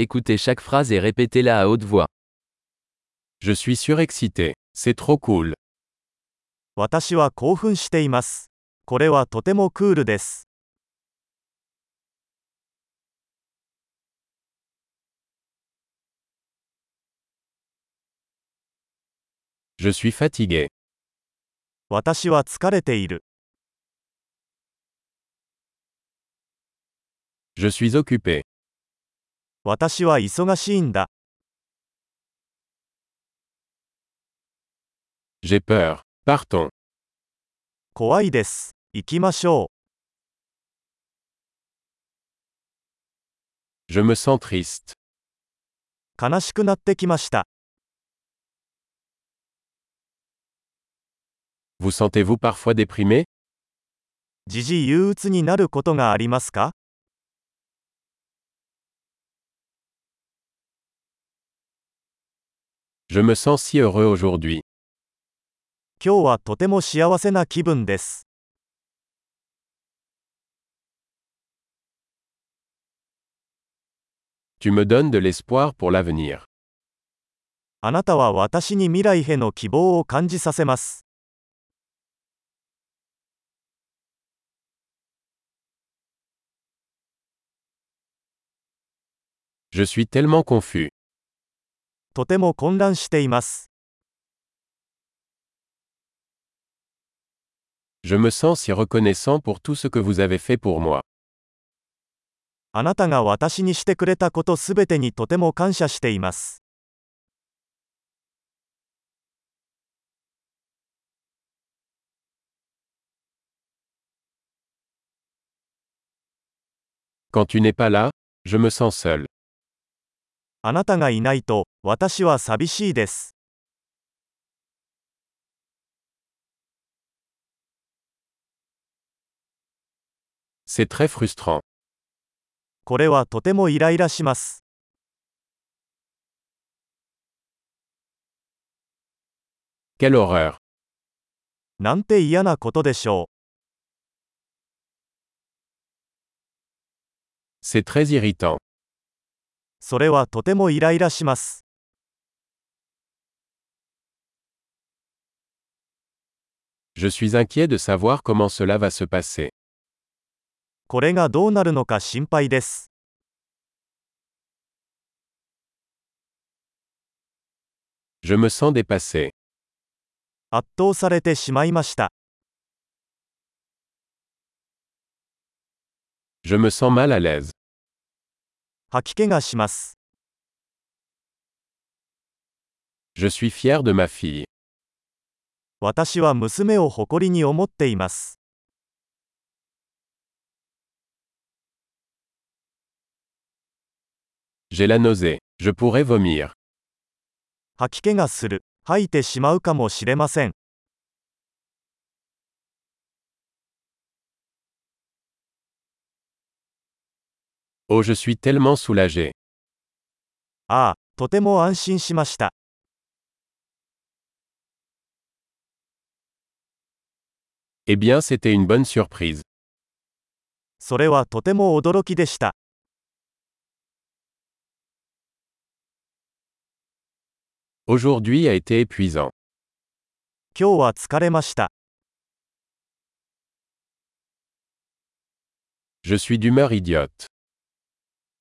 Écoutez chaque phrase et répétez-la à haute voix. Je suis surexcité. C'est trop cool. 私は興奮しています。これはとてもクールです。 Je suis fatigué. 私は疲れている。 Je suis occupé. 私は忙しいんだ。 J'ai peur. Partons. 怖いです。行きましょ Je me sens triste. う。悲しくなってきました。 Vous sentez-vous parfois déprimé 時々憂鬱になることがありますか Je me sens si heureux aujourd'hui. 今日はとても幸せな気分です。 Tu me donnes de l'espoir pour l'avenir. あなたは私に未来への希望を感じさせます。 Je suis tellement confus. とても混乱しています。 Je me sens si reconnaissant pour tout ce que vous avez fait pour moi. あなたが私にしてくれたことすべてにとても感謝しています。 Quand tu n'es pas là, je me sens seul. あなたがいないと、私は寂しいです。 C'est très frustrant. これはとてもイライラします。 Quelle horreur. なんて嫌なことでしょう。 C'est très irritant. それはとてもイライラします。 Je suis inquiet de savoir comment cela va se passer. これがどうなるのか心配です。 Je me sens dépassé. 圧倒されてしまいました。 Je me sens mal à l'aise. 吐き気がします。 Je suis fier de ma fille. 私は娘を誇りに思っています。 J'ai la nausée. Je pourrais vomir. 吐き気がする。吐いてしまうかもしれません。 Oh, je suis tellement soulagé. ああ、とても安心しました。 Eh bien, c'était une bonne surprise. それはとても驚きでした。 Aujourd'hui a été épuisant. 今日は疲れました。 Je suis d'humeur idiote.